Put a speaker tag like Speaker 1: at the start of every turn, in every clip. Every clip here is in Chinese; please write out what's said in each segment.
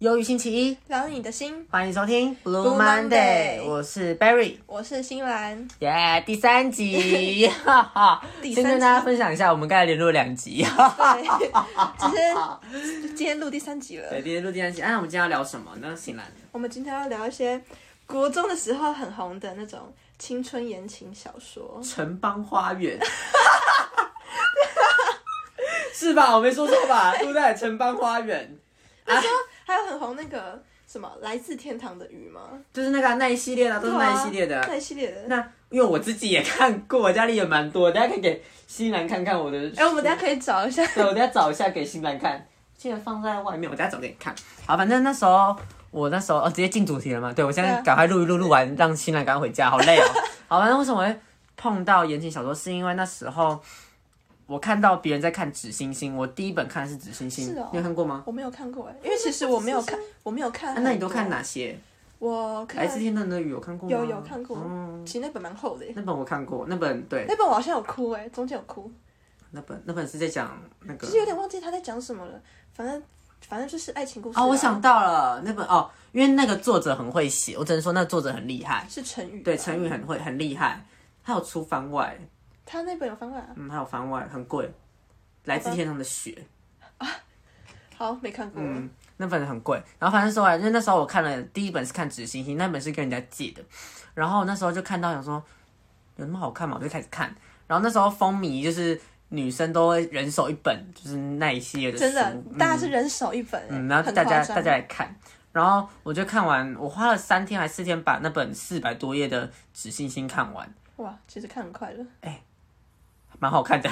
Speaker 1: 忧郁星期一，
Speaker 2: 聊你的心，
Speaker 1: 欢迎收听 Blue
Speaker 2: Blue Monday
Speaker 1: Monday，我是 Barry，
Speaker 2: 我是 新兰，
Speaker 1: 耶第三 集，哈哈，
Speaker 2: 第
Speaker 1: 先
Speaker 2: 三
Speaker 1: 跟大家
Speaker 2: 集
Speaker 1: 分享一下，我们刚才连录了两集，
Speaker 2: 对，只是今天录第三集了
Speaker 1: 对，。今天录第三集，啊，我们今天要聊什么呢？醒来，
Speaker 2: 我们今天要聊一些国中的时候很红的那种青春言情小说，
Speaker 1: 城邦花园， 是吧？我没说错吧？ 对不对？城邦花园。
Speaker 2: 还有很红那个什么《来自天堂的雨》吗？
Speaker 1: 就是那个啊那一系列的啊，都是那一系列的啊。
Speaker 2: 对啊那一系列的。
Speaker 1: 那因为我自己也看过，我家里也蛮多，大家可以给新兰看看我的。
Speaker 2: 哎、我们等一下可以找一下。
Speaker 1: 对，我等一下找一下给新兰看，记得放在外面，我等一下找给你看。好，反正那时候我那时候哦，直接进主题了嘛。对，我现
Speaker 2: 对
Speaker 1: 在
Speaker 2: 啊
Speaker 1: 赶快录一录，录完让新兰赶快回家，好累哦。好，反正为什么会碰到言情小说，是因为那时候我看到别人在看《纸星星》，我第一本看的是《纸星星》
Speaker 2: 是哦
Speaker 1: 你有看过吗？
Speaker 2: 我没有看过哎、因为其实我没有看，我没有看、
Speaker 1: 啊、那你都看？哪些？《
Speaker 2: 我
Speaker 1: 来
Speaker 2: 看
Speaker 1: 自，天堂的雨》有看过吗？
Speaker 2: 有有看过
Speaker 1: 嗯，
Speaker 2: 其实那本蛮厚的、欸，
Speaker 1: 那本我看过，那本对，
Speaker 2: 那本我好像有哭哎、中间有哭。
Speaker 1: 那本那本是在讲那个
Speaker 2: 其实有点忘记他在讲什么了，反正反正就是爱情故事、啊。
Speaker 1: 哦，我想到了那本哦，因为那个作者很会写，我只能说那个作者很厉害，
Speaker 2: 是成语吧，啊
Speaker 1: 对，成语很会很厉害，还有出番外，
Speaker 2: 他那本有翻过来啊？
Speaker 1: 嗯，还有番外很贵，来自天堂的雪，
Speaker 2: 好，没看过。
Speaker 1: 嗯，那本很贵，然后反正说来，因为那时候我看了第一本是看《纸星星》，那本是跟人家借的，然后那时候就看到想说有那么好看吗？我就开始看，然后那时候风靡就是女生都会人手一本，就是那一系列的
Speaker 2: 真的
Speaker 1: 书，
Speaker 2: 大家是人手一本、欸，
Speaker 1: 嗯，然后
Speaker 2: 很
Speaker 1: 大家
Speaker 2: 夸张
Speaker 1: 大家来看，然后我就看完，我花了三天还四天把那本四百多页的《纸星星》看完，
Speaker 2: 哇，其实看很快乐，
Speaker 1: 蛮好看的。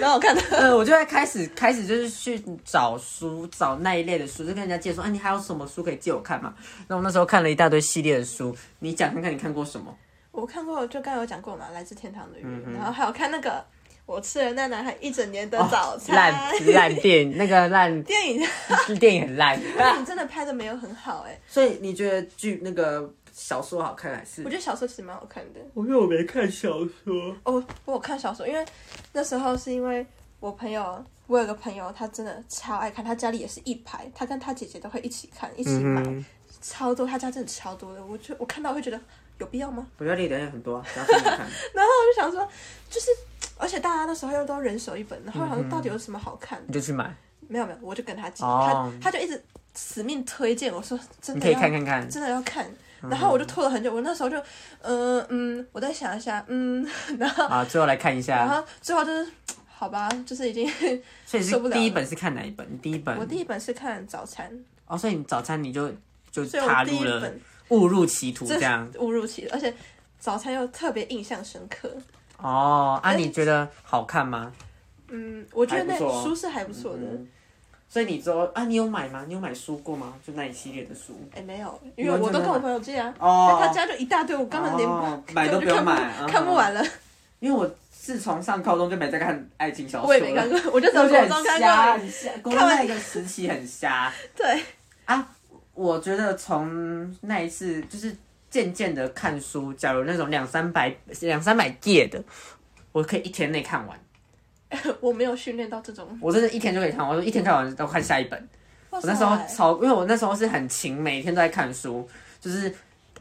Speaker 2: 蛮好看的。
Speaker 1: 呃，我就在开始开始就是去找书，找那一类的书，就跟人家借说，哎、你还有什么书可以借我看嘛？那我那时候看了一大堆系列的书，你讲看看你看过什么？
Speaker 2: 我看过，就刚刚有讲过嘛，《来自天堂的雨》
Speaker 1: 嗯
Speaker 2: 然后还有看那个我吃了那男孩一整年的早餐。
Speaker 1: 哦烂烂电影，那个烂
Speaker 2: 电影
Speaker 1: 电影很烂，
Speaker 2: 电影真的拍的没有很好哎、
Speaker 1: 所以你觉得剧那个小说好看还是
Speaker 2: 我？觉得小说其实蛮好看的。
Speaker 1: 我因为我没看小说，
Speaker 2: 哦，我有看小说，因为那时候是因为我朋友，我有个朋友，他真的超爱看，他家里也是一排，他跟他姐姐都会一起看，一起买，
Speaker 1: 嗯
Speaker 2: 超多，他家真的超多的，我就我看到会觉得有必要吗？
Speaker 1: 我觉得列的也很多啊，然后你看。
Speaker 2: 然后我就想说，就是而且大家那时候又都人手一本，然后我想说到底有什么好看
Speaker 1: 你
Speaker 2: 的？
Speaker 1: 就去买，
Speaker 2: 没有没有，我就跟他姐，
Speaker 1: 哦
Speaker 2: 他他就一直死命推荐我说真
Speaker 1: 你
Speaker 2: 的
Speaker 1: 可以
Speaker 2: 要
Speaker 1: 看看看。
Speaker 2: 真的要看。然后我就拖了很久，我那时候就，嗯、嗯，我再想一下，嗯，然后
Speaker 1: 啊，最后来看一
Speaker 2: 然
Speaker 1: 下，
Speaker 2: 后最后就是，好吧，就是已经
Speaker 1: 所以是
Speaker 2: 受不了
Speaker 1: 第一本是看哪一本？你第一本
Speaker 2: 我第一本是看《早餐
Speaker 1: 哦，所以你早餐你就就》，
Speaker 2: 所以我
Speaker 1: 踏
Speaker 2: 第
Speaker 1: 入
Speaker 2: 一
Speaker 1: 了
Speaker 2: 本
Speaker 1: 误入歧途
Speaker 2: 这
Speaker 1: 这样
Speaker 2: 误入歧途，而且《早餐》又特别印象深刻。
Speaker 1: 哦啊，
Speaker 2: 而且
Speaker 1: 你觉得好看吗？
Speaker 2: 嗯，我觉得那
Speaker 1: 还不错哦
Speaker 2: 书是还不错的。
Speaker 1: 嗯所以你之后啊，你有买吗？你有买书过吗？就那一系列的书
Speaker 2: 哎、没有，
Speaker 1: 你
Speaker 2: 因为
Speaker 1: 完全
Speaker 2: 我都
Speaker 1: 没
Speaker 2: 跟我
Speaker 1: 买
Speaker 2: 朋友借啊，但他
Speaker 1: 哦，
Speaker 2: 家就一大堆，我根本连、
Speaker 1: 哦
Speaker 2: 根本
Speaker 1: 买都
Speaker 2: 就
Speaker 1: 不用
Speaker 2: 看不
Speaker 1: 买嗯
Speaker 2: 看不完了，
Speaker 1: 因为我自从上高中就没再看爱情小说，
Speaker 2: 我也没看，过，我就从
Speaker 1: 我
Speaker 2: 国
Speaker 1: 觉得
Speaker 2: 中
Speaker 1: 很
Speaker 2: 看
Speaker 1: 瞎，
Speaker 2: 过。
Speaker 1: 很瞎，高中那个时期很瞎。
Speaker 2: 对，
Speaker 1: 我觉得从那一次就是渐渐的看书，假如那种两三百两三百页的，我可以一天内看完，
Speaker 2: 我没有训练到这种。
Speaker 1: 我真的一天就可以看完，我说一天看完都看下一本。
Speaker 2: 我
Speaker 1: 我哦那时候超，因为我那时候是很勤，每天都在看书，就是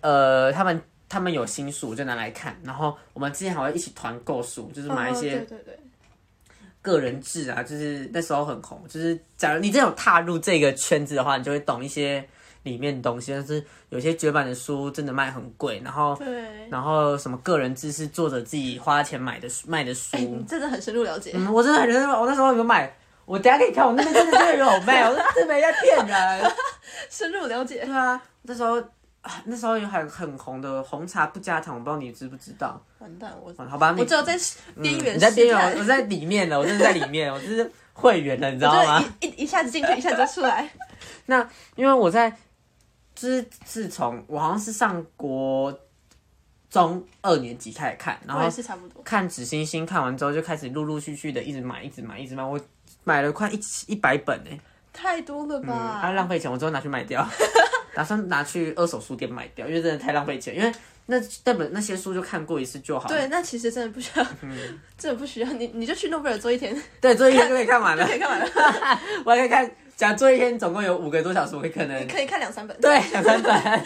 Speaker 1: 呃他们。他们有新书，我就拿来看。然后我们之前还会一起团购书，就是买一些
Speaker 2: 哦、对对对，
Speaker 1: 个人志啊，就是那时候很红。就是假如你真的有踏入这个圈子的话，你就会懂一些里面的东西。但是有些绝版的书真的卖很贵，然后
Speaker 2: 对，
Speaker 1: 然后什么个人知识作者自己花钱买的书卖的书
Speaker 2: 哎、，你真的很深入了解。
Speaker 1: 嗯嗯，我真的很认真，我那时候有买，我等一下给你看，我那边真的真的有卖，我说这没在骗人。
Speaker 2: 深入了解，
Speaker 1: 对啊，那时候啊那时候有很很红的红茶不加糖，我不知道你知不知道。
Speaker 2: 完蛋，我
Speaker 1: 好吧，你嗯
Speaker 2: 我只有在边缘、
Speaker 1: 你在边缘，我我在里面了，我真的在里面，我就是会员了，你知道吗？
Speaker 2: 就一一一下子进去，一下子就出来。
Speaker 1: 因为我在，就是自从我好像是上国中二年级开始看，然
Speaker 2: 我
Speaker 1: 后
Speaker 2: 也是差不多。
Speaker 1: 看《纸星星》，看完之后就开始陆陆续续的一直买，一直买，一直买，我买了快一一百本呢、欸，
Speaker 2: 太多了
Speaker 1: 嗯，
Speaker 2: 吧？
Speaker 1: 啊，浪费钱，我之后拿去卖 掉，打算拿去二手书店卖掉，因为真的太浪费钱，因为那那本那些书就看过一次就好，
Speaker 2: 对，那其实真的不需要，
Speaker 1: 嗯
Speaker 2: 真的不需要，你你就去诺贝尔做一天
Speaker 1: 对，这一天就可以看完
Speaker 2: 就
Speaker 1: 了，
Speaker 2: 可以看完了。
Speaker 1: 我还可以看假作一天总共有五个多小时，我可能
Speaker 2: 你可以看两三本，，
Speaker 1: 嗯对两三本。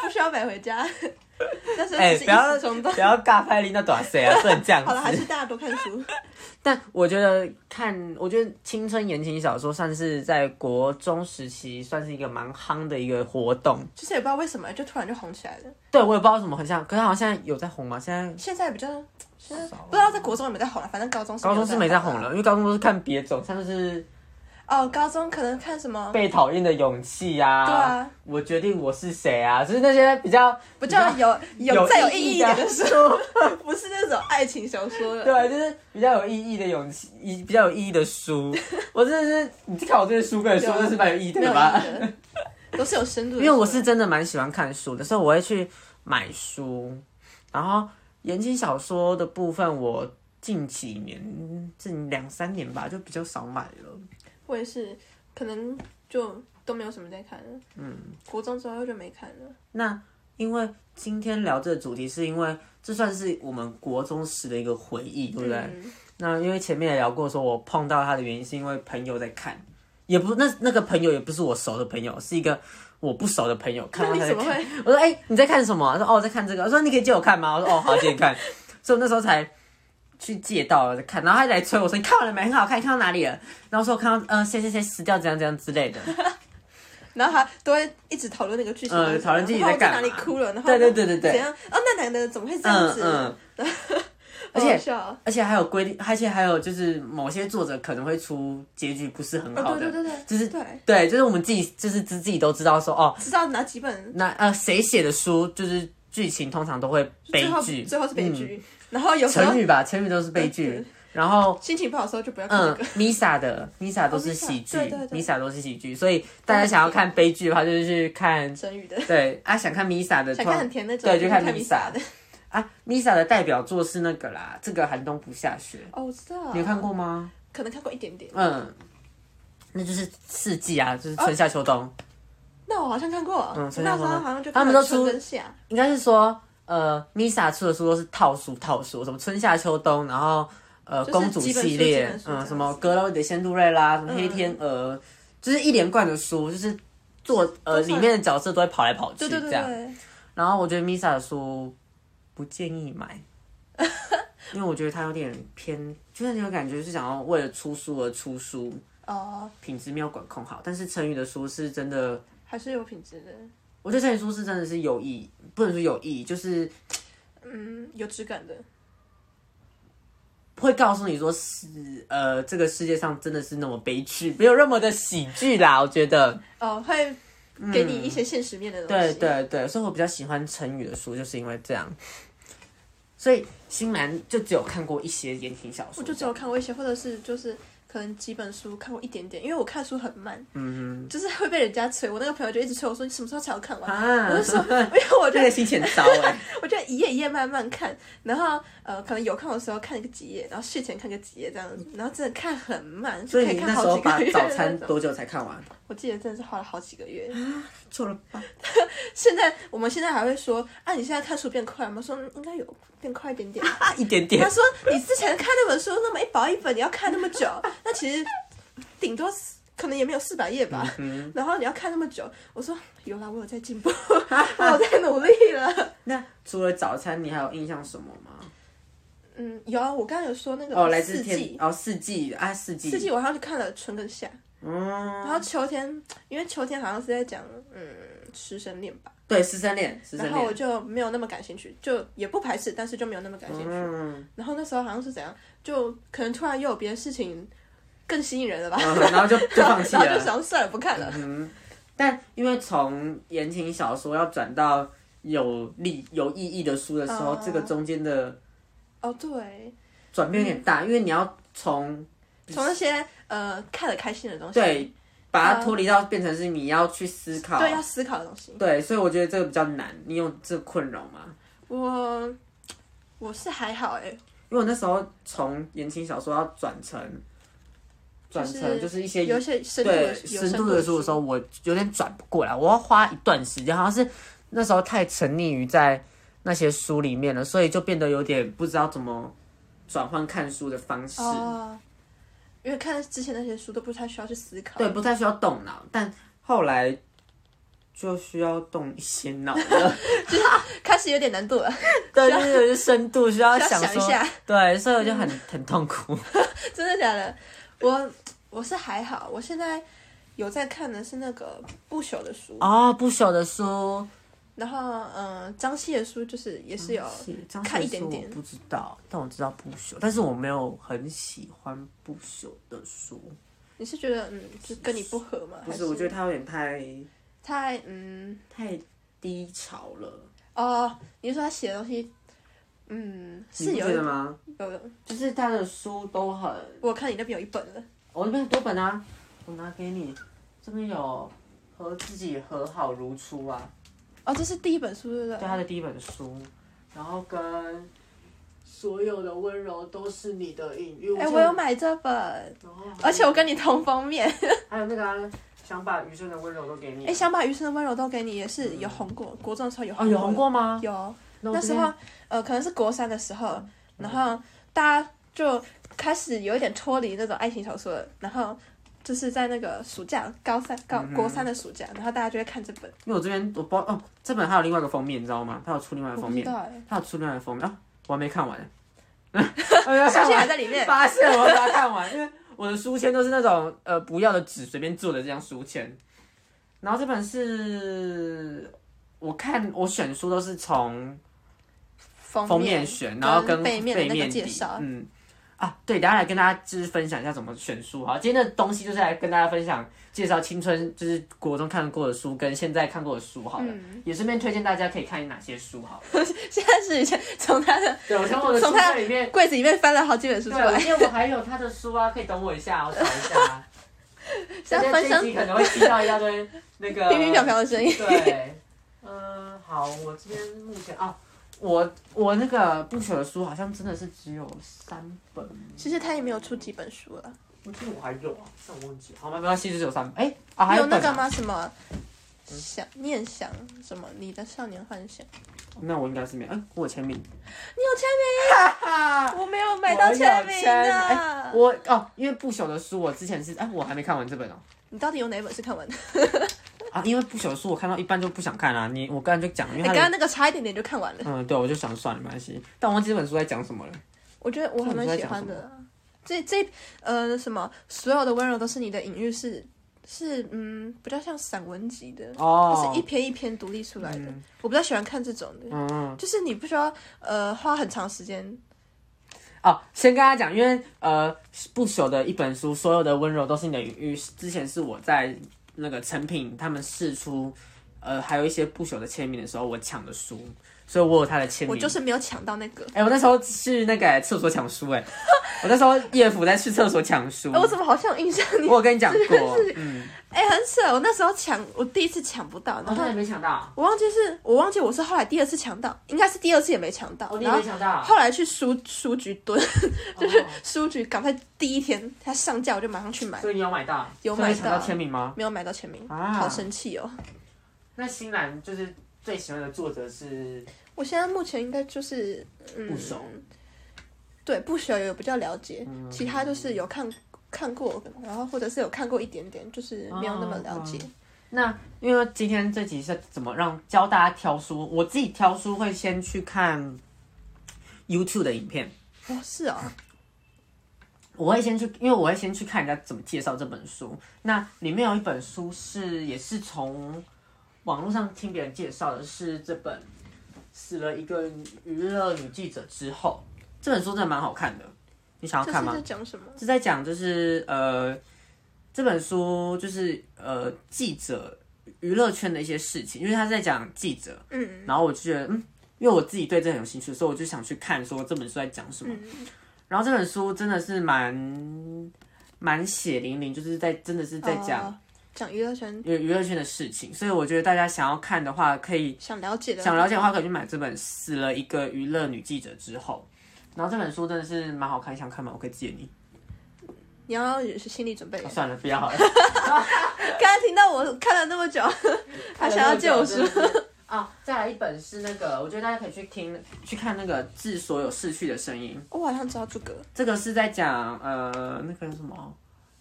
Speaker 2: 不需要买回 家。但是
Speaker 1: 哎、
Speaker 2: 只是
Speaker 1: 不
Speaker 2: 一
Speaker 1: 要
Speaker 2: 时 冲动
Speaker 1: 不。要尬拍林那短谁啊，不能这样
Speaker 2: 好了，还
Speaker 1: 子。
Speaker 2: 是大家多看书。
Speaker 1: 但我觉得看，我觉得青春言情小说算是在国中时期算是一个蛮夯的一个活动。
Speaker 2: 就是也不知道为什么，就突然就红起来了。
Speaker 1: 对，我也不知道为什么很像，可是好像现在有在红吗？现在
Speaker 2: 现在比较，现在不知道在国中有没有在红了，反正高中
Speaker 1: 高中是没在红
Speaker 2: 了。
Speaker 1: 了，因为高中都是看别种，像是
Speaker 2: 哦，高中可能看什么？
Speaker 1: 被讨厌的勇气呀、
Speaker 2: 对啊，
Speaker 1: 我决定我是谁啊，就是那些比较
Speaker 2: 不叫有有再有意义一点的书，
Speaker 1: 书，
Speaker 2: 不是那种爱情小 说了。
Speaker 1: 对，就是比较有意义的勇气，一比较有意义的 书。我真的是，你看我这些书跟你说，
Speaker 2: 有啊
Speaker 1: 真是蛮有意义
Speaker 2: 没有
Speaker 1: 的吧？
Speaker 2: 意义的，都是有深度的书。
Speaker 1: 因为我是真的蛮喜欢看书的，所以我会去买书。然后言情小说的部分，我近几年近两三年吧，就比较少买了。
Speaker 2: 我也是，可能就都没有什么在看了。嗯，国中之后就没看了。
Speaker 1: 那因为今天聊这个主题，是因为这算是我们国中时的一个回忆，对不对？
Speaker 2: 嗯
Speaker 1: 那因为前面也聊过，说我碰到他的原因是因为朋友在看，也不那那个朋友也不是我熟的朋友，是一个我不熟的朋友看
Speaker 2: 那
Speaker 1: 到
Speaker 2: 你
Speaker 1: 他在
Speaker 2: 怎么
Speaker 1: 看。
Speaker 2: 会？
Speaker 1: 我说：“哎、你在看什么啊、他说：“哦，我在看这个。”我说：“你可以借我看吗？”我说：“哦，好，借你看。” 所以我那时候才去借到了看，然后他来催我说：“你看完了没？很好看，你看到哪里了？”然后说：“我看到呃谁谁谁死掉，怎样怎样之类的。
Speaker 2: 然后还都会一直讨论那个剧情，
Speaker 1: 嗯讨论自己
Speaker 2: 然后
Speaker 1: 在干嘛
Speaker 2: 我哪里哭了，然”后
Speaker 1: 对对对对
Speaker 2: 怎
Speaker 1: 对，
Speaker 2: 样？哦，那男的怎么会这样
Speaker 1: 嗯
Speaker 2: 子？
Speaker 1: 嗯，
Speaker 2: 好
Speaker 1: 而且
Speaker 2: 好笑哦
Speaker 1: 而且还有规定，而且还有就是某些作者可能会出结局不是很好
Speaker 2: 哦，对
Speaker 1: 的，
Speaker 2: 对对对，
Speaker 1: 就是
Speaker 2: 对，
Speaker 1: 对，就是我们自己就是自自己都知道说哦，
Speaker 2: 知道哪几本
Speaker 1: 那呃谁写的书就是剧情通常都会悲
Speaker 2: 最后
Speaker 1: 剧，
Speaker 2: 最后是悲
Speaker 1: 嗯
Speaker 2: 剧，然后有时候
Speaker 1: 成语吧，成语都是悲
Speaker 2: 对
Speaker 1: 剧
Speaker 2: 对，
Speaker 1: 然后。
Speaker 2: 心情不好的时候就不要看那
Speaker 1: 嗯
Speaker 2: 个。哦
Speaker 1: ，Misa 的 Misa 都是
Speaker 2: Misa，
Speaker 1: 喜剧
Speaker 2: 对对对
Speaker 1: ，Misa 都是喜剧，所以大家想要看悲剧的话，就是去看
Speaker 2: 成语的，
Speaker 1: 对 啊，想看 Misa 的，
Speaker 2: 想看很甜那
Speaker 1: 嗯
Speaker 2: 种，
Speaker 1: 对就看
Speaker 2: 看
Speaker 1: 米
Speaker 2: 米
Speaker 1: 莎
Speaker 2: 莎的。
Speaker 1: 啊，Misa 的代表作是那个啦，这个寒冬不下雪，
Speaker 2: 哦，我知道，
Speaker 1: 你有看？过吗？
Speaker 2: 可能看过一点点。
Speaker 1: 嗯，那就是四季啊，就是春夏秋冬，
Speaker 2: 那我好像看过，
Speaker 1: 嗯
Speaker 2: 那
Speaker 1: 所
Speaker 2: 时
Speaker 1: 以他
Speaker 2: 候
Speaker 1: 说
Speaker 2: 好像就
Speaker 1: 他们都
Speaker 2: 都
Speaker 1: 出
Speaker 2: 春跟夏，
Speaker 1: 应该是说呃，Misa 出的书都是套书套书，什么春夏秋冬，然后呃，
Speaker 2: 就是
Speaker 1: 公主
Speaker 2: 基本书
Speaker 1: 系列
Speaker 2: 基本，书
Speaker 1: 嗯，
Speaker 2: 这样
Speaker 1: 什么
Speaker 2: 子嗯
Speaker 1: 格罗里的仙杜瑞拉，什么黑天鹅，就是一连贯的书，就是做呃
Speaker 2: 都
Speaker 1: 里
Speaker 2: 算
Speaker 1: 面的角色都会跑来跑去
Speaker 2: 对
Speaker 1: 这
Speaker 2: 对
Speaker 1: 样。
Speaker 2: 对对，
Speaker 1: 然后我觉得 Misa 的书不建议买， 因为我觉得它有点偏，就是那种感觉是想要为了出书而出书，
Speaker 2: 哦，
Speaker 1: 品质没有管控好。但是成语的书是真的，
Speaker 2: 还是有品质的，
Speaker 1: 我觉得成语书是真的是有意，不能说有意，就是
Speaker 2: 嗯，有质感的，
Speaker 1: 会告诉你说是呃，这个世界上真的是那么悲剧，没有任何的喜剧啦。我觉得，
Speaker 2: 哦，会给你一些现实面的东
Speaker 1: 对
Speaker 2: 西。
Speaker 1: 对对，所以我比较喜欢成语的书，就是因为这样。所以新兰就只有看过一些言情小说，
Speaker 2: 我就只有看过一些，或者是就是可能几本书看过一点点，因为我看书很慢，嗯就是会被人家催。我那个朋友就一直催我说你什么时候才要看完？
Speaker 1: 啊，
Speaker 2: 我就说，因为我就
Speaker 1: 这个心情很糟哎、
Speaker 2: 我就一页一页慢慢看，然后呃，可能有空的时候看个几页，然后睡前看个几页这样子，然后真的看很 慢，
Speaker 1: 所以
Speaker 2: 可以
Speaker 1: 你
Speaker 2: 看
Speaker 1: 那
Speaker 2: 好
Speaker 1: 时候
Speaker 2: 几
Speaker 1: 把
Speaker 2: 个月
Speaker 1: 早餐
Speaker 2: 那种
Speaker 1: 多久才看完？
Speaker 2: 我记得真的是花了好几个月。
Speaker 1: 做了吧，
Speaker 2: 现在我们现在还会说，啊，你现在看书变快吗？说嗯应该有变快一点点。
Speaker 1: 啊，一点点
Speaker 2: 他。说你之前看那本书那么一薄一本，你要看那 么久，那其实顶多是可能也没有四百页吧。
Speaker 1: 嗯
Speaker 2: 然后你要看那么久，我说有啦，我有在进 步，我有在努力了。
Speaker 1: 那除了早餐，你还有印象什么吗？
Speaker 2: 嗯，有啊，我刚刚有说那个
Speaker 1: 哦，来
Speaker 2: 四
Speaker 1: 自天
Speaker 2: 季，
Speaker 1: 哦，四季啊，四季，
Speaker 2: 四季我好像去看了春跟夏，
Speaker 1: 嗯，
Speaker 2: 然后秋天，因为秋天好像是在讲嗯师生恋吧，
Speaker 1: 对，师生恋，师生
Speaker 2: 然后我
Speaker 1: 恋，
Speaker 2: 就没有那么感兴趣，就也不排斥，但是就没有那么感兴趣。
Speaker 1: 嗯，
Speaker 2: 然后那时候好像是怎样，就可能突然又有别的事情更吸引人了吧，
Speaker 1: 嗯然后就就放弃
Speaker 2: 然后就
Speaker 1: 了。嗯
Speaker 2: 想算了不看了。
Speaker 1: 但因为从言情小说要转到有利有意义的书的时候，
Speaker 2: 哦
Speaker 1: 这个中间的
Speaker 2: 哦，对，
Speaker 1: 转变有点大，因为你要从
Speaker 2: 从那些呃看了开心的东西，
Speaker 1: 对把它脱离到变成是你要去思考，
Speaker 2: 对要思考的东西，
Speaker 1: 对，所以我觉得这个比较难。你有这个困扰吗？
Speaker 2: 我我是还好哎、
Speaker 1: 因为我那时候从言情小说要转成转成就是一些
Speaker 2: 有一些深度
Speaker 1: 对
Speaker 2: 的有
Speaker 1: 深度的书的时
Speaker 2: 候，
Speaker 1: 候，我有点转不过来，我要花一段时间，好像是那时候太沉溺于在那些书里面了，所以就变得有点不知道怎么转换看书的方式。
Speaker 2: 哦，因为看之前那些书都不太需要去思考。
Speaker 1: 对，不太需要动脑，但后来就需要动一些脑 了。
Speaker 2: 开始有点难度了，
Speaker 1: 对，就是有些深度需要
Speaker 2: 需要
Speaker 1: 想
Speaker 2: 想一
Speaker 1: 说，
Speaker 2: 下，嗯
Speaker 1: 对，所以我就很很痛苦。
Speaker 2: 真的假的？我我是还好，我现在有在看的是那个不朽的书，
Speaker 1: 哦，不朽的书，
Speaker 2: 然后嗯、呃张系的书就是也是有
Speaker 1: 是张
Speaker 2: 看
Speaker 1: 学
Speaker 2: 一点
Speaker 1: 书
Speaker 2: 点
Speaker 1: 我不知道，但我知道不朽，但是我没有很喜欢不朽的书。
Speaker 2: 你是觉得嗯，就跟你不合吗？还
Speaker 1: 觉得它有点太
Speaker 2: 太嗯
Speaker 1: 太低潮了，
Speaker 2: 哦，你是说他写的东西，嗯，是
Speaker 1: 你不
Speaker 2: 有
Speaker 1: 觉得吗？
Speaker 2: 有的，
Speaker 1: 就是他的书都很，
Speaker 2: 我看你那边有一本了，
Speaker 1: 我那边很多本啊，我拿给你，这边有和自己和好如初啊，
Speaker 2: 哦，这是第一本书对不
Speaker 1: 对
Speaker 2: 对？
Speaker 1: 他的第一本书，然后跟所有的温柔都是你的隐喻。
Speaker 2: 哎、
Speaker 1: 记
Speaker 2: 我
Speaker 1: 得
Speaker 2: 有买这本，
Speaker 1: 然后还
Speaker 2: 而且我跟你同封面。
Speaker 1: 还有那个、啊、想把余生的温柔都给你啊
Speaker 2: 哎、想把余生的温柔都给你，也是有红过，国中的时候有
Speaker 1: 哦，有红过吗？
Speaker 2: 有，
Speaker 1: 我
Speaker 2: 那时候呃，可能是国三的时
Speaker 1: 嗯
Speaker 2: 候，然后大家就开始有一点脱离那种爱情小说了，然后就是在那个暑假，高三
Speaker 1: 嗯
Speaker 2: 高国三的暑假，然后大家就会看这本，
Speaker 1: 因为我这边我包哦，这本还有另外一个封面，你知道吗？它有出另外一个
Speaker 2: 我
Speaker 1: 封
Speaker 2: 不知
Speaker 1: 面，
Speaker 2: 道哎、
Speaker 1: 它有出另外一个封面啊，我还没看完。 我要
Speaker 2: 哎小
Speaker 1: 看
Speaker 2: 现还
Speaker 1: 完，
Speaker 2: 在里面，
Speaker 1: 发现我要把它看完，因为我的书签都是那种呃不要的纸随便做的这样书签。然后这本是我看我选书都是从
Speaker 2: 封
Speaker 1: 封面选，然后跟
Speaker 2: 背面的那个
Speaker 1: 比
Speaker 2: 介绍
Speaker 1: 嗯。啊，对，等一下来跟大家就是分享一下怎么选书哈。今天的东西就是来跟大家分享介绍青春，就是国中看过的书跟现在看过的书好了，也顺便推荐大家可以看哪些书好了。
Speaker 2: 现在是已经从他的
Speaker 1: 对，我从我的书
Speaker 2: 从他
Speaker 1: 架里面，
Speaker 2: 柜子里面翻了好几本书
Speaker 1: 对，
Speaker 2: 出来
Speaker 1: 我，因为我还有他的书啊，可以等我一下，我找一 下。
Speaker 2: 现在翻
Speaker 1: 这
Speaker 2: 箱
Speaker 1: 一集可能会听到一大堆那 个
Speaker 2: 乒乒乓乓的声音。
Speaker 1: 对，嗯，好，我这边目前啊，我我那个不朽的书好像真的是只有三本，
Speaker 2: 其实他也没有出几本书了，
Speaker 1: 我记得我还有啊，但我忘记了。好吧，没关系，就只有三本。哎、啊，还
Speaker 2: 有那
Speaker 1: 本
Speaker 2: 个
Speaker 1: 啊、
Speaker 2: 吗？什么想念想什么？你的少年幻想？你
Speaker 1: 那我应该是没有，哎、我有签名，
Speaker 2: 有签
Speaker 1: 哈哈。
Speaker 2: 名？我没有买到签名啊！
Speaker 1: 哎我哦，因为不朽的书，我之前是哎、我还没看完这本哦。
Speaker 2: 你到底有哪本是看完的？
Speaker 1: 啊，因为不朽的书我看到一半就不想看啦、啊你我刚才就讲，因为
Speaker 2: 你
Speaker 1: 它
Speaker 2: 哎刚
Speaker 1: 的、
Speaker 2: 刚那个差一点点就看完了，
Speaker 1: 嗯，对，我就想算了，没关系。但我忘记这本书在讲什么了。
Speaker 2: 我觉得我还蛮喜欢的啊。这这呃什么，所有的温柔都是你的隐喻是是嗯比较像散文集的，它
Speaker 1: 哦
Speaker 2: 是一，篇一篇独立出来的。我比较喜欢看这种的，
Speaker 1: 嗯，
Speaker 2: 就是你不需要呃花很长时间。
Speaker 1: 哦，先跟大家讲，因为呃，不朽的一本书，所有的温柔都是你的隐喻。之前是我在那个成品他们试出，呃，还有一些不朽的签名的时候，我抢的书，所以我有他的签名。
Speaker 2: 我就是没有抢到那个。
Speaker 1: 哎、我那时候去那个哎厕所抢书、哎，我那时候夜辅在去厕所抢书。
Speaker 2: 哎、我怎么好像有印象你？
Speaker 1: 我有跟你讲过，嗯，
Speaker 2: 哎、很扯！我那时候抢，我第一次抢不到，然后
Speaker 1: 也没抢到，
Speaker 2: 我忘记是我忘记我是后来第二次抢到，应该是第二次也没抢到，然后
Speaker 1: 哦抢到哦
Speaker 2: 后来去书书局蹲， 就是书局赶快第一天它上架我就马上去买，
Speaker 1: 所以你有买到，
Speaker 2: 有
Speaker 1: 所以
Speaker 2: 买
Speaker 1: 你抢到
Speaker 2: 到
Speaker 1: 签名吗？
Speaker 2: 没有买到签名，
Speaker 1: 啊
Speaker 2: 好生气哦！
Speaker 1: 那新兰就是最喜欢的作者是
Speaker 2: 我现在目前应该就是嗯，
Speaker 1: 不熟嗯
Speaker 2: 对不朽有比较了解，其他就是有看看过，然后或者是有看过一点点，就是没有那么了解。
Speaker 1: 那因为今天这集是怎么让教大家挑书，我自己挑书会先去看 YouTube 的影片，
Speaker 2: 哦，是哦，
Speaker 1: 我会先去，因为我会先去看人家怎么介绍这本书。那里面有一本书是也是从网络上听别人介绍的，是这本《死了一个娱乐女记者之后》这本书真的蛮 好看的，你想要
Speaker 2: 这
Speaker 1: 看
Speaker 2: 是
Speaker 1: 吗？
Speaker 2: 在讲什么？
Speaker 1: 是在讲就是呃这本书就是呃记者娱乐圈的一些事情，因为他是在讲记者，
Speaker 2: 嗯，
Speaker 1: 然后我就觉得嗯，因为我自己对这很有兴趣，所以我就想去看说这本书在讲什么。
Speaker 2: 嗯
Speaker 1: 然后这本书真的是蛮蛮血淋淋，就是在真的是在讲
Speaker 2: 哦讲娱乐圈，
Speaker 1: 娱娱乐圈的事情，所以我觉得大家想要看的话，可以
Speaker 2: 想了解的
Speaker 1: 想了解的话，可以去买这本《死了一个娱乐女记者之后》。然后这本书真的是蛮好看，想看吗？我可以借你。
Speaker 2: 你要有心理准备
Speaker 1: 哦。算了，不要好了。
Speaker 2: 刚才听到我看了那么久，他想要借我书，
Speaker 1: 书。啊，再来一本是那个，我觉得大家可以去听去看那个《致所有逝去的声音》，
Speaker 2: 我好像知道这个，
Speaker 1: 这个是在讲呃那个什么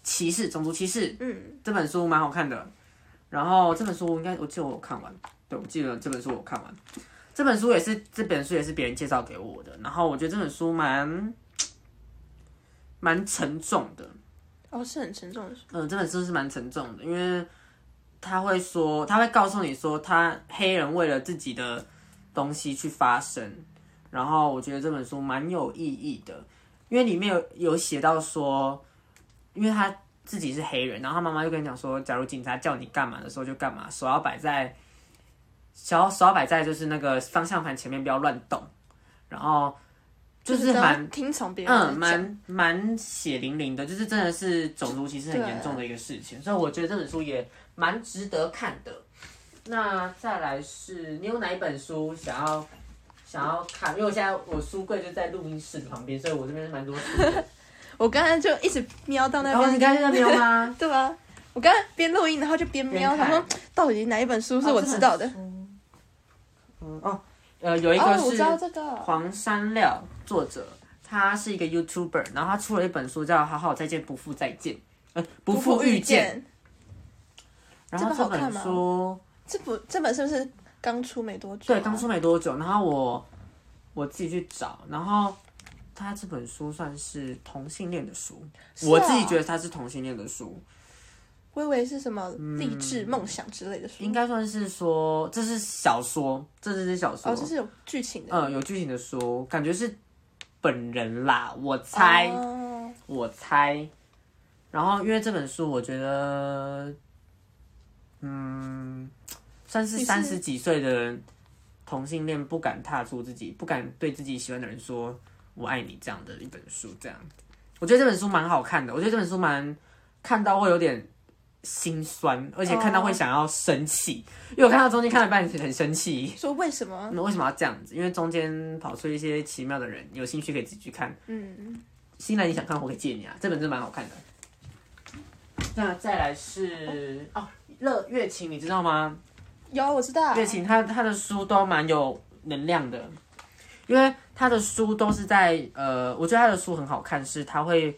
Speaker 1: 歧视，种族歧视。
Speaker 2: 嗯，
Speaker 1: 这本书蛮好看的，然后这本书应该我记得我有看完，对我记得这本书我有看完，这本书也是这本书也是别人介绍给我的，然后我觉得这本书蛮蛮沉重的，
Speaker 2: 哦，是很沉重的书，
Speaker 1: 嗯，这本书是蛮沉重的，因为他会说，他会告诉你说，他黑人为了自己的东西去发声，然后我觉得这本书蛮有意义的，因为里面有有写到说，因为他自己是黑人，然后他妈妈就跟你讲说，假如警察叫你干嘛的时候就干嘛，手要摆在，手要手要摆在就是那个方向盘前面，不要乱动，然后就是
Speaker 2: 只要
Speaker 1: 蛮
Speaker 2: 听从别人的
Speaker 1: 嗯，
Speaker 2: 讲
Speaker 1: 蛮蛮血淋淋的，就是真的是种族歧视很严重的一个事情，所以我觉得这本书也蛮值得看的。那再来是你有哪一本书想要想要看？因为我现在我书柜就在录音室旁边，所以我这边蛮多书的。
Speaker 2: 我刚才就一直瞄到 那
Speaker 1: 然后
Speaker 2: 边，
Speaker 1: 哦你刚才在那边 吗？
Speaker 2: 对吧？我刚才边录音，然后就边瞄，
Speaker 1: 边看
Speaker 2: 想说到底哪一本书是我知道的。
Speaker 1: 哦。这本书嗯哦，呃，有一个
Speaker 2: 哦，我
Speaker 1: 是
Speaker 2: 知道这个，
Speaker 1: 黄山料作者，他是一个 YouTuber，然后他出了一本书叫《好好再见，不负再见》，呃，不负遇见。，然后
Speaker 2: 这
Speaker 1: 这
Speaker 2: 本好看
Speaker 1: 本
Speaker 2: 吗
Speaker 1: 书
Speaker 2: 这部这本是不是刚出没多久啊？
Speaker 1: 对刚出没多久，然后我我自己去找，然后他这本书算是同性恋的书，
Speaker 2: 是啊
Speaker 1: 我自己觉得它是同性恋的书，
Speaker 2: 我以为是什么励志梦想之类的书，
Speaker 1: 嗯应该算是说这是小说，这是小说，
Speaker 2: 哦，这是有剧情的，哦
Speaker 1: 嗯，有剧情的书，感觉是本人啦，我猜、
Speaker 2: 哦
Speaker 1: 我猜。然后因为这本书，我觉得，嗯，算是
Speaker 2: 你是
Speaker 1: 三十几岁的人同性恋不敢踏出自己，不敢对自己喜欢的人说“我爱你”这样的一本书。这样，我觉得这本书蛮好看的，我觉得这本书蛮看到会有点心酸，而且看
Speaker 2: 哦
Speaker 1: 到会想要生气，因为我看到中间看了一半很生气。
Speaker 2: 说为什么？
Speaker 1: 那为什么要这样子？因为中间跑出一些奇妙的人，有兴趣可以自己去看。
Speaker 2: 嗯，
Speaker 1: 新来你想看，我可以借你啊，这本真的蛮好看的。那再来是哦，乐月琴，你知道吗？
Speaker 2: 有我知道，
Speaker 1: 月琴她她的书都蛮有能量的，因为她的书都是在呃，我觉得她的书很好看，是她会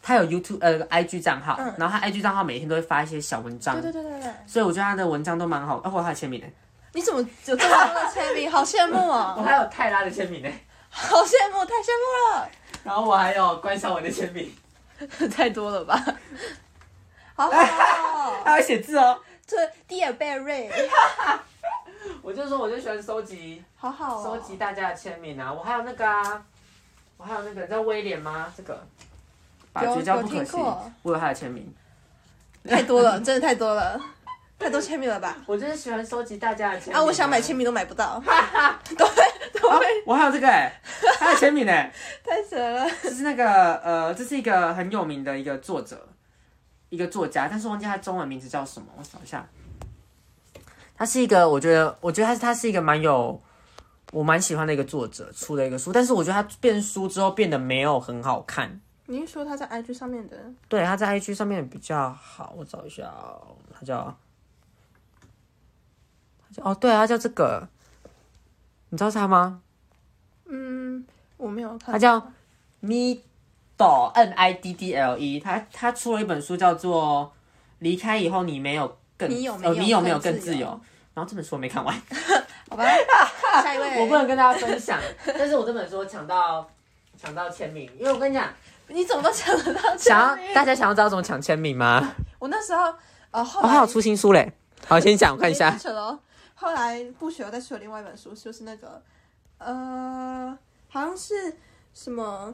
Speaker 1: 她有 YouTube 呃 IG 账号，然后她 IG 账号每天都会发一些小文章
Speaker 2: 对，对对对对，
Speaker 1: 所以我觉得她的文章都蛮好，啊，我还有签名呢，
Speaker 2: 你怎么有这么多的签名？好羡慕
Speaker 1: 我
Speaker 2: 哦，
Speaker 1: 还有泰拉的签名呢，
Speaker 2: 好羡慕，太羡慕了。
Speaker 1: 然后我还有关晓雯的签 名。
Speaker 2: 太多了吧？好好、 哦，
Speaker 1: 他会写字哦。
Speaker 2: 这 Dear Barry，
Speaker 1: 我就说，我就喜欢收集
Speaker 2: 好好、哦，
Speaker 1: 收集大家的签名啊。我还有那个啊，我还有那个叫威廉吗？这个把
Speaker 2: 有
Speaker 1: 绝交不
Speaker 2: 有
Speaker 1: 可
Speaker 2: 听
Speaker 1: 惜
Speaker 2: 过，
Speaker 1: 我有他的签名。
Speaker 2: 太多了， 真的太多了，太多签名了吧？
Speaker 1: 我就是喜欢收集大家的签名
Speaker 2: 啊，我想买签名都买 不到，都会都
Speaker 1: 啊
Speaker 2: 会，
Speaker 1: 我还有这个哎、他的签名哎、
Speaker 2: 太扯了。
Speaker 1: 这是那个呃，这是一个很有名的一个作者，一个作家，但是忘记他中文名字叫什么，我找一下。他是一个，我觉得，我觉得他是他是一个蛮有我蛮喜欢的一个作者出的一个书，但是我觉得他变书之后变得没有很好看。
Speaker 2: 你是说他在 IG 上面的？
Speaker 1: 对，他在 IG 上面比较好，我找一下哦，他叫，他叫哦，对啊，他叫这个，你知道他吗？
Speaker 2: 嗯，我没有看。
Speaker 1: 他叫 Middle N I D D L E，他他出了一本书叫做《离开以后你没有更
Speaker 2: 你有没有
Speaker 1: 呃你有没有
Speaker 2: 更
Speaker 1: 更
Speaker 2: 自
Speaker 1: 自由
Speaker 2: 由》，
Speaker 1: 然后这本书我没看完，
Speaker 2: 好吧，下一位。
Speaker 1: 我不能跟大家分享，哎 但是我这本书抢到抢到签名，因为我跟你讲，
Speaker 2: 你怎么都抢得到签
Speaker 1: 想要
Speaker 2: 名？
Speaker 1: 大家想要知道怎么抢签名吗？
Speaker 2: 我那时候，呃，后
Speaker 1: 哦，
Speaker 2: 来
Speaker 1: 还有出新书嘞，好，先讲我看一下
Speaker 2: 不，扯了哦。后来不学，我再出了另外一本书，就是那个，呃，好像是什么，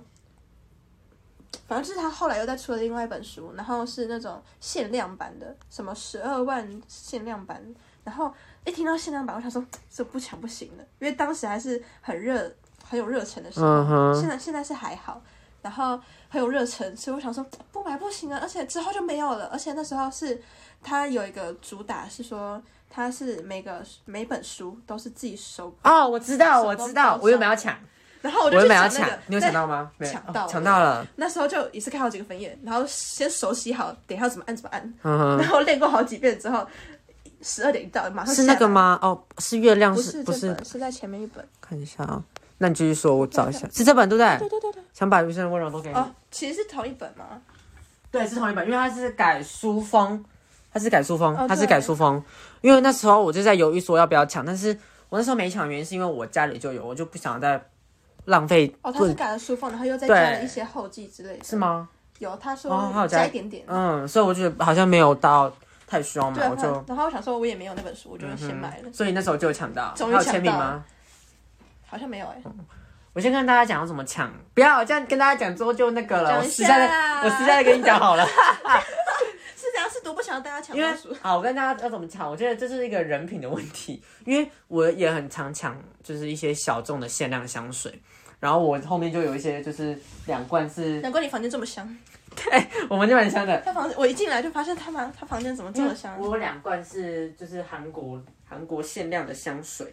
Speaker 2: 反正就是他后来又再出了另外一本书，然后是那种限量版的，什么十二万限量版。然后一听到限量版，我想说这不抢不行的，因为当时还是很热、很有热忱的时候。
Speaker 1: 嗯
Speaker 2: 现
Speaker 1: 哼，
Speaker 2: 在现在是还好，然后很有热忱，所以我想说不买不行啊，而且之后就没有了，而且那时候是它有一个主打是说它是每个每本书都是自己手，
Speaker 1: 哦，我知道，我知道，我原本要抢，
Speaker 2: 然后我
Speaker 1: 我
Speaker 2: 就
Speaker 1: 原
Speaker 2: 去
Speaker 1: 本要
Speaker 2: 抢
Speaker 1: 抢
Speaker 2: 那个，，
Speaker 1: 你有
Speaker 2: 对
Speaker 1: 抢到吗？没有
Speaker 2: 抢
Speaker 1: 哦
Speaker 2: 到了
Speaker 1: 抢到了，
Speaker 2: 那时候就一次看好几个分页，然后先手洗好，等一下怎么按怎么按，
Speaker 1: 嗯哼。
Speaker 2: 然后练过好几遍之后，十二点一到，马上
Speaker 1: 是那
Speaker 2: 下
Speaker 1: 个
Speaker 2: 来？
Speaker 1: 吗？哦，是月亮，
Speaker 2: 不
Speaker 1: 是
Speaker 2: 是
Speaker 1: 不
Speaker 2: 这
Speaker 1: 是？
Speaker 2: 本，是在前面一本。
Speaker 1: 看一下啊，那你继续说，我找一下，是这本对不对？
Speaker 2: 对对对对。
Speaker 1: 想把余生的温柔都给你。
Speaker 2: 哦，其实是同一本吗？
Speaker 1: 对，是同一本，因为它是改书风，它是改书风，
Speaker 2: 哦
Speaker 1: 它是
Speaker 2: 对
Speaker 1: 改书风。因为那时候我就在犹豫说要不要抢，但是我那时候没抢，原因是因为我家里就有，我就不想再浪费。
Speaker 2: 哦，他是改了书封，然后又再
Speaker 1: 对
Speaker 2: 加了一些后记之类的。
Speaker 1: 是？吗？
Speaker 2: 有，他
Speaker 1: 哦还有
Speaker 2: 说
Speaker 1: 加
Speaker 2: 加一点点。
Speaker 1: 嗯，所以我觉得好像没有到太需要
Speaker 2: 对，
Speaker 1: 买，我
Speaker 2: 然
Speaker 1: 就嗯
Speaker 2: 后然后我想说，我也没有那本书，我就先买了。
Speaker 1: 所以那时候就有抢到，还
Speaker 2: 终于
Speaker 1: 有签名
Speaker 2: 抢到
Speaker 1: 吗？
Speaker 2: 好像没有哎，
Speaker 1: 我先跟大家讲要怎么抢，不要这样跟大家讲之后就那个了。
Speaker 2: 讲
Speaker 1: 我
Speaker 2: 一
Speaker 1: 私下再，
Speaker 2: 下
Speaker 1: 我私下再跟你讲 好了。
Speaker 2: 是这样，是多不想要大家抢
Speaker 1: 因为
Speaker 2: 到书。
Speaker 1: 好，我跟大家要呃怎么抢？我觉得这是一个人品的问题，因为我也很常抢，就是一些小众的限量香水。然后我后面就有一些，就是两罐 是
Speaker 2: 难怪你房间这么香。
Speaker 1: 我们那本香的，
Speaker 2: 他房我一进来就发现他房他房间怎么这么香？
Speaker 1: 嗯 我有两罐是就是韩国韩国限量的香水，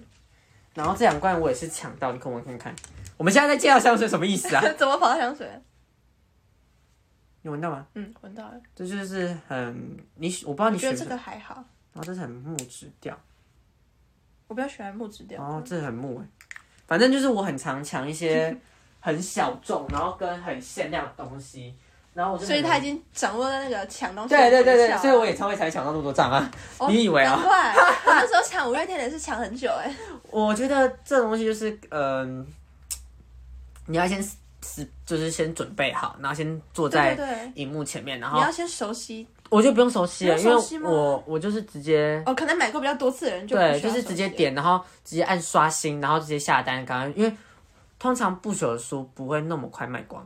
Speaker 1: 然后这两罐我也是抢到，你跟我看看。我们现在在介绍香水什么意思啊？
Speaker 2: 怎么跑到香水？
Speaker 1: 你闻到吗？
Speaker 2: 嗯，闻到了。
Speaker 1: 这就是很你，我不知道
Speaker 2: 我
Speaker 1: 哦你
Speaker 2: 觉
Speaker 1: 选
Speaker 2: 得
Speaker 1: 什
Speaker 2: 这
Speaker 1: 么，
Speaker 2: 个还好，
Speaker 1: 然后这是很木质调。
Speaker 2: 我比较喜欢木质调。
Speaker 1: 哦，这很木哎，反正就是我很常抢一 些很小众，然后跟很限量的东西，然后我就
Speaker 2: 所以
Speaker 1: 很
Speaker 2: 他已经掌握在那个抢东西的
Speaker 1: 对
Speaker 2: 诀窍
Speaker 1: 对
Speaker 2: 了。
Speaker 1: 对对，所以我也超会才抢到那么多账啊！
Speaker 2: 哦
Speaker 1: 你以为
Speaker 2: 难
Speaker 1: 啊？
Speaker 2: 怪我那时候抢五月天也是抢很久哎、
Speaker 1: 我觉得这东西就是嗯、你要先是就是先准备好，然后先坐
Speaker 2: 对
Speaker 1: 在
Speaker 2: 对对，
Speaker 1: 荧幕前面，然
Speaker 2: 你
Speaker 1: 后
Speaker 2: 要先熟悉
Speaker 1: 我就不用熟悉了，
Speaker 2: 不
Speaker 1: 因为
Speaker 2: 用熟悉吗
Speaker 1: 我我就是直接。
Speaker 2: 哦，可能买过比较多次的人就不需
Speaker 1: 对，
Speaker 2: 要
Speaker 1: 就是直接
Speaker 2: 熟悉
Speaker 1: 点，然后直接按刷新，然后直接下单。刚刚因为通常不朽的书不会那么快卖光，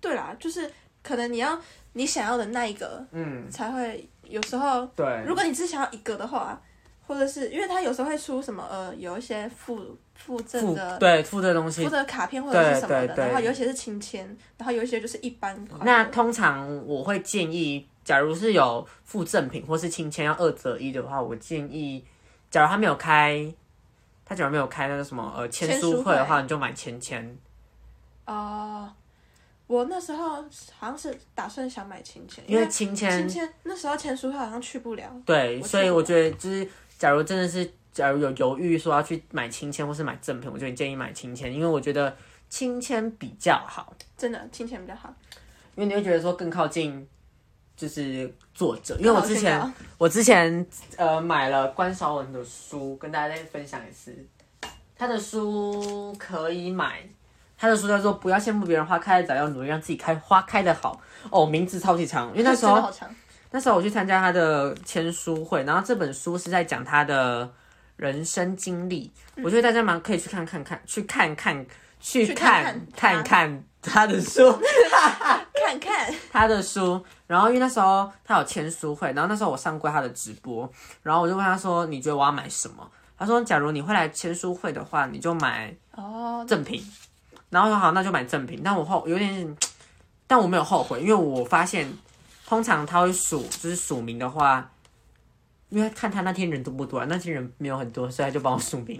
Speaker 2: 对啦，就是可能你要你想要的那一个
Speaker 1: 嗯，
Speaker 2: 才会有时候，
Speaker 1: 对，
Speaker 2: 如果你只想要一个的话，或者是因为它有时候会出什么呃有一些附附赠
Speaker 1: 附
Speaker 2: 的
Speaker 1: 对附的东
Speaker 2: 附
Speaker 1: 西。
Speaker 2: 赠的卡片或者是什么
Speaker 1: 对对
Speaker 2: 的，
Speaker 1: 对
Speaker 2: 然后有一些是亲签，然后有一些就是一般款的。
Speaker 1: 那通常我会建议，假如是有附赠品或是亲签要二折一的话，我建议，假如他没有开，他假如没有开那个什么呃签
Speaker 2: 签
Speaker 1: 书
Speaker 2: 书
Speaker 1: 会的话，
Speaker 2: 会
Speaker 1: 你就买签签。
Speaker 2: 哦，我那时候好像是打算想买亲签，
Speaker 1: 因为
Speaker 2: 为
Speaker 1: 亲
Speaker 2: 亲
Speaker 1: 签
Speaker 2: 签那时候签书会好像去不了。
Speaker 1: 对，
Speaker 2: 我
Speaker 1: 所以
Speaker 2: 觉得
Speaker 1: 我觉得就是，假如真的是假如有犹豫说要去买亲签或是买赠品，我觉得你建议买亲签，因为我觉得亲签比较好，
Speaker 2: 真的亲签比较好，
Speaker 1: 因为你会觉得说更靠近就是作者，因为我之前
Speaker 2: 好炫耀
Speaker 1: 我之前呃买了关韶文的书，跟大家再分享一次。他的书可以买，他的书叫做《不要羡慕别人花开的早，要努力让自己开花开的好》。哦，名字超级长，因为那时
Speaker 2: 真的
Speaker 1: 候
Speaker 2: 好长，
Speaker 1: 那时候我去参加他的签书会，然后这本书是在讲他的人生经历，我觉得大家蛮可以去看看看，去看看嗯去
Speaker 2: 去看
Speaker 1: 看
Speaker 2: 看
Speaker 1: 看看他的书。
Speaker 2: 看看
Speaker 1: 他的书，然后因为那时候他有签书会，然后那时候我上过他的直播，然后我就问他说：“你觉得我要买什么？”他说：“假如你会来签书会的话，你就买
Speaker 2: 哦，
Speaker 1: 赠品。”然后我说：“好，那就买赠品。”但我后有点，但我没有后悔，因为我发现通常他会数，就是署名的话，因为看他那天人多不多、啊，那天人没有很多，所以他就帮我署名。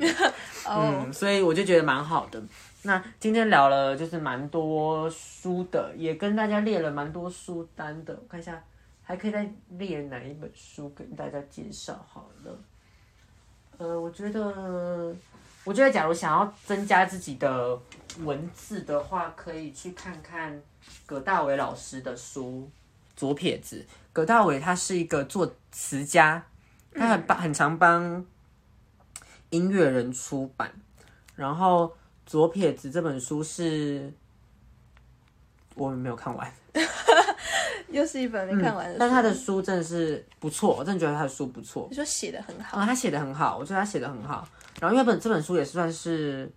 Speaker 2: 哦，
Speaker 1: 嗯，所以我就觉得蛮好的。那今天聊了就是蛮多书的，也跟大家列了蛮多书单的。我看一下，还可以再列哪一本书跟大家介绍好了。呃，我觉得，我觉得假如想要增加自己的文字的话，可以去看看葛大为老师的书《左撇子》。葛大为他是一个作词家，他很帮很常帮音乐人出版。然后《左撇子》这本书是我没有看完，
Speaker 2: 又是一本没看完的 书。
Speaker 1: 但嗯他的书真的是不错，我真的觉得他的书不错。
Speaker 2: 你说写的很好，
Speaker 1: 嗯，他写的很好，我觉得他写的很好。然后因为本这本书也算是，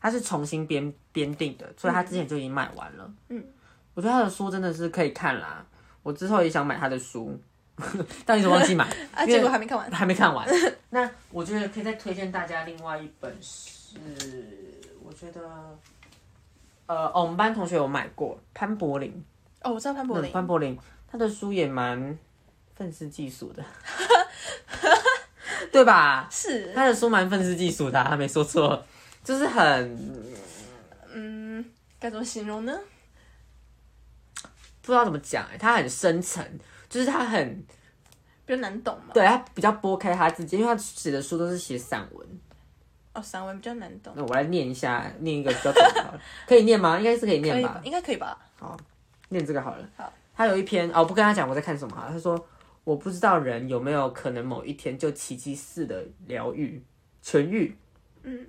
Speaker 1: 他是重新编编定的，所以他之前就已经卖完了。
Speaker 2: 嗯，
Speaker 1: 我觉得他的书真的是可以看啦。我之后也想买他的书， 但一直忘记买，
Speaker 2: 啊，
Speaker 1: 因为
Speaker 2: 结果还没看完。
Speaker 1: 还没看完。 那我觉得可以再推荐大家另外一本是，我觉得，呃，哦，我们班同学有买过潘柏林，
Speaker 2: 哦，我知道潘柏
Speaker 1: 嗯
Speaker 2: 林，
Speaker 1: 潘柏林他的书也蛮愤世嫉俗 的，对吧？
Speaker 2: 是，
Speaker 1: 他的书蛮愤世嫉俗的、啊，他没说错，就是很
Speaker 2: 嗯，该怎么形容呢？
Speaker 1: 不知道怎么讲、欸，他很深沉，就是他很
Speaker 2: 比较难懂嘛。
Speaker 1: 对他比较拨开他自己，因为他写的书都是写散文。
Speaker 2: 哦，散文比较难懂，
Speaker 1: 那我来念一下，念一个比较懂的好了，可以念吗？应该是可以
Speaker 2: 可
Speaker 1: 念
Speaker 2: 以
Speaker 1: 吧
Speaker 2: 吧？。应该可以吧？
Speaker 1: 念这个好了。
Speaker 2: 好，
Speaker 1: 他有一篇哦，不跟他讲我在看什么好了。他说我不知道人有没有可能某一天就奇迹似的疗愈痊愈。嗯，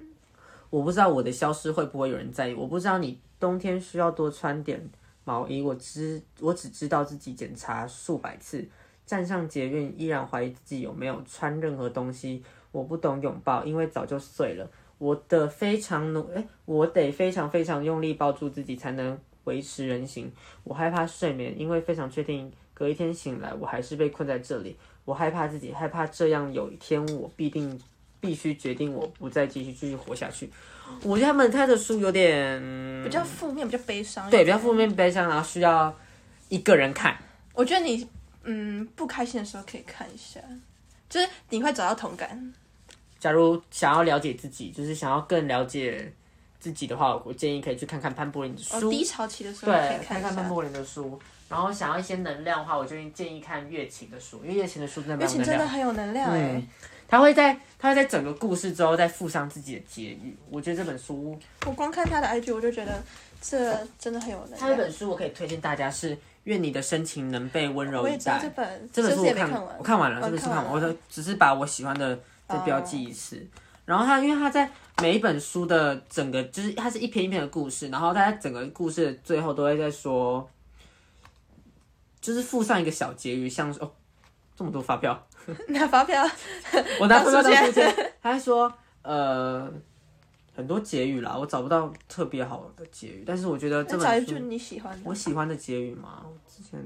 Speaker 1: 我不知道我的消失会不会有人在意，我不知道你冬天需要多穿点毛衣。我知我只知道自己检查数百次，站上捷运依然怀疑自己有没有穿任何东西。我不懂拥抱，因为早就碎了。我的非常努，哎、我得非常非常用力抱住自己才能维持人形。我害怕睡眠，因为非常确定隔一天醒来我还是被困在这里。我害怕自己，害怕这样有一天我必定必须决定我不再继续继续活下去。我觉得他们他的书有点
Speaker 2: 比较负面，比较悲伤。
Speaker 1: 对比较负。面悲伤，然后需要一个人看。
Speaker 2: 我觉得你嗯不开心的时候可以看一下，就是你会找到同感。
Speaker 1: 假如想要了解自己，就是想要更了解自己的话，我建议可以去看看潘柏林的
Speaker 2: 哦，
Speaker 1: 书，
Speaker 2: 低潮期的时候可
Speaker 1: 对
Speaker 2: 以，
Speaker 1: 看
Speaker 2: 一
Speaker 1: 看潘
Speaker 2: 下。
Speaker 1: 柏林的书。然后想要一些能量的话，我就建议看月琴的书，因为月琴的书真的蛮
Speaker 2: 而
Speaker 1: 有
Speaker 2: 且
Speaker 1: 能
Speaker 2: 真
Speaker 1: 量
Speaker 2: 的。很有能量哎、
Speaker 1: 嗯他会在他会在整个故事之后再附上自己的结语。我觉得这本书，
Speaker 2: 我光看他的 IG 我就觉得这真的很有能
Speaker 1: 他有一
Speaker 2: 量。
Speaker 1: 本书我可以推荐大家是《愿你的深情能被温柔
Speaker 2: 我也
Speaker 1: 以
Speaker 2: 知道
Speaker 1: 待》。
Speaker 2: 这本，
Speaker 1: 这本
Speaker 2: 是
Speaker 1: 书
Speaker 2: 不是
Speaker 1: 我
Speaker 2: 也没
Speaker 1: 看
Speaker 2: 看完？
Speaker 1: 我看完了，
Speaker 2: 哦
Speaker 1: 这本书
Speaker 2: 看
Speaker 1: 看
Speaker 2: 完
Speaker 1: 完，
Speaker 2: 了哦
Speaker 1: 我都只是把我喜欢的再标记一次。然后它，因为它在每一本书的整个，就是它是一篇一篇的故事，然后它在整个故事的最后都会在说，就是附上一个小结语，像是哦，这么多发票，
Speaker 2: 拿发票，
Speaker 1: 我拿
Speaker 2: 当
Speaker 1: 出来
Speaker 2: 书
Speaker 1: 当
Speaker 2: 签
Speaker 1: 书签， 他说呃很多结语啦，我找不到特别好的结语，但是我觉得这
Speaker 2: 那找一
Speaker 1: 本
Speaker 2: 句
Speaker 1: 书
Speaker 2: 你喜欢的。
Speaker 1: 我喜欢的结语嘛，我之前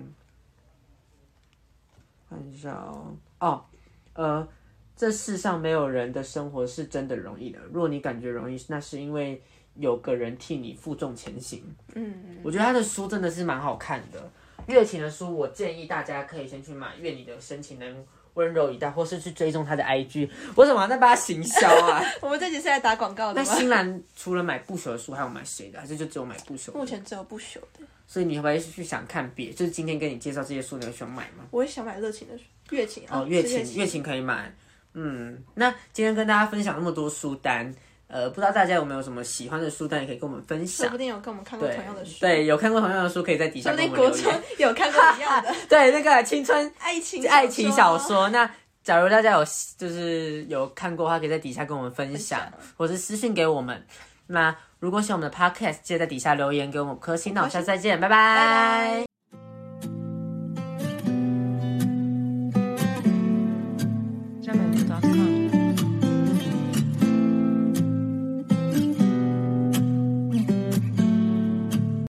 Speaker 1: 看一下哦，哦，呃，这世上没有人的生活是真的容易的，若你感觉容易，那是因为有个人替你负重前行。
Speaker 2: 嗯，
Speaker 1: 我觉得他的书真的是蛮好看的。月琴的书，我建议大家可以先去买《愿你的深情能温柔以待》，或是去追踪他的 IG。我怎么在帮他行销啊？
Speaker 2: 我们这集是来打广告
Speaker 1: 那
Speaker 2: 的吗？
Speaker 1: 新兰除了买不朽的书，还有买谁的？还是就只有买不朽的？
Speaker 2: 目前只有不朽的。
Speaker 1: 所以你会去想看别，就是今天跟你介绍这些书，你会想买吗？
Speaker 2: 我也想买热情的书，月琴啊
Speaker 1: 哦，
Speaker 2: 是
Speaker 1: 月
Speaker 2: 月
Speaker 1: 琴，
Speaker 2: 琴
Speaker 1: 月琴可以买。嗯，那今天跟大家分享那么多书单，呃，不知道大家有没有什么喜欢的书单，也可以跟我们分
Speaker 2: 说
Speaker 1: 享
Speaker 2: 不。定有跟我们看过同样的书，
Speaker 1: 对，有看过同样的书，可以在底
Speaker 2: 说
Speaker 1: 下
Speaker 2: 不
Speaker 1: 跟我
Speaker 2: 定
Speaker 1: 们
Speaker 2: 国
Speaker 1: 留
Speaker 2: 中
Speaker 1: 言。
Speaker 2: 有看过一样的
Speaker 1: 对，那个青 春
Speaker 2: 爱 情
Speaker 1: 爱情小
Speaker 2: 说。
Speaker 1: 说。那假如大家有就是有看过的话，可以在底下跟我们分享，
Speaker 2: 分
Speaker 1: 或是私信给我们。那如果喜欢我们的 podcast，记得在底下留言给我们五颗星。那我们下次再见，拜拜
Speaker 2: 拜拜
Speaker 3: jamel.com.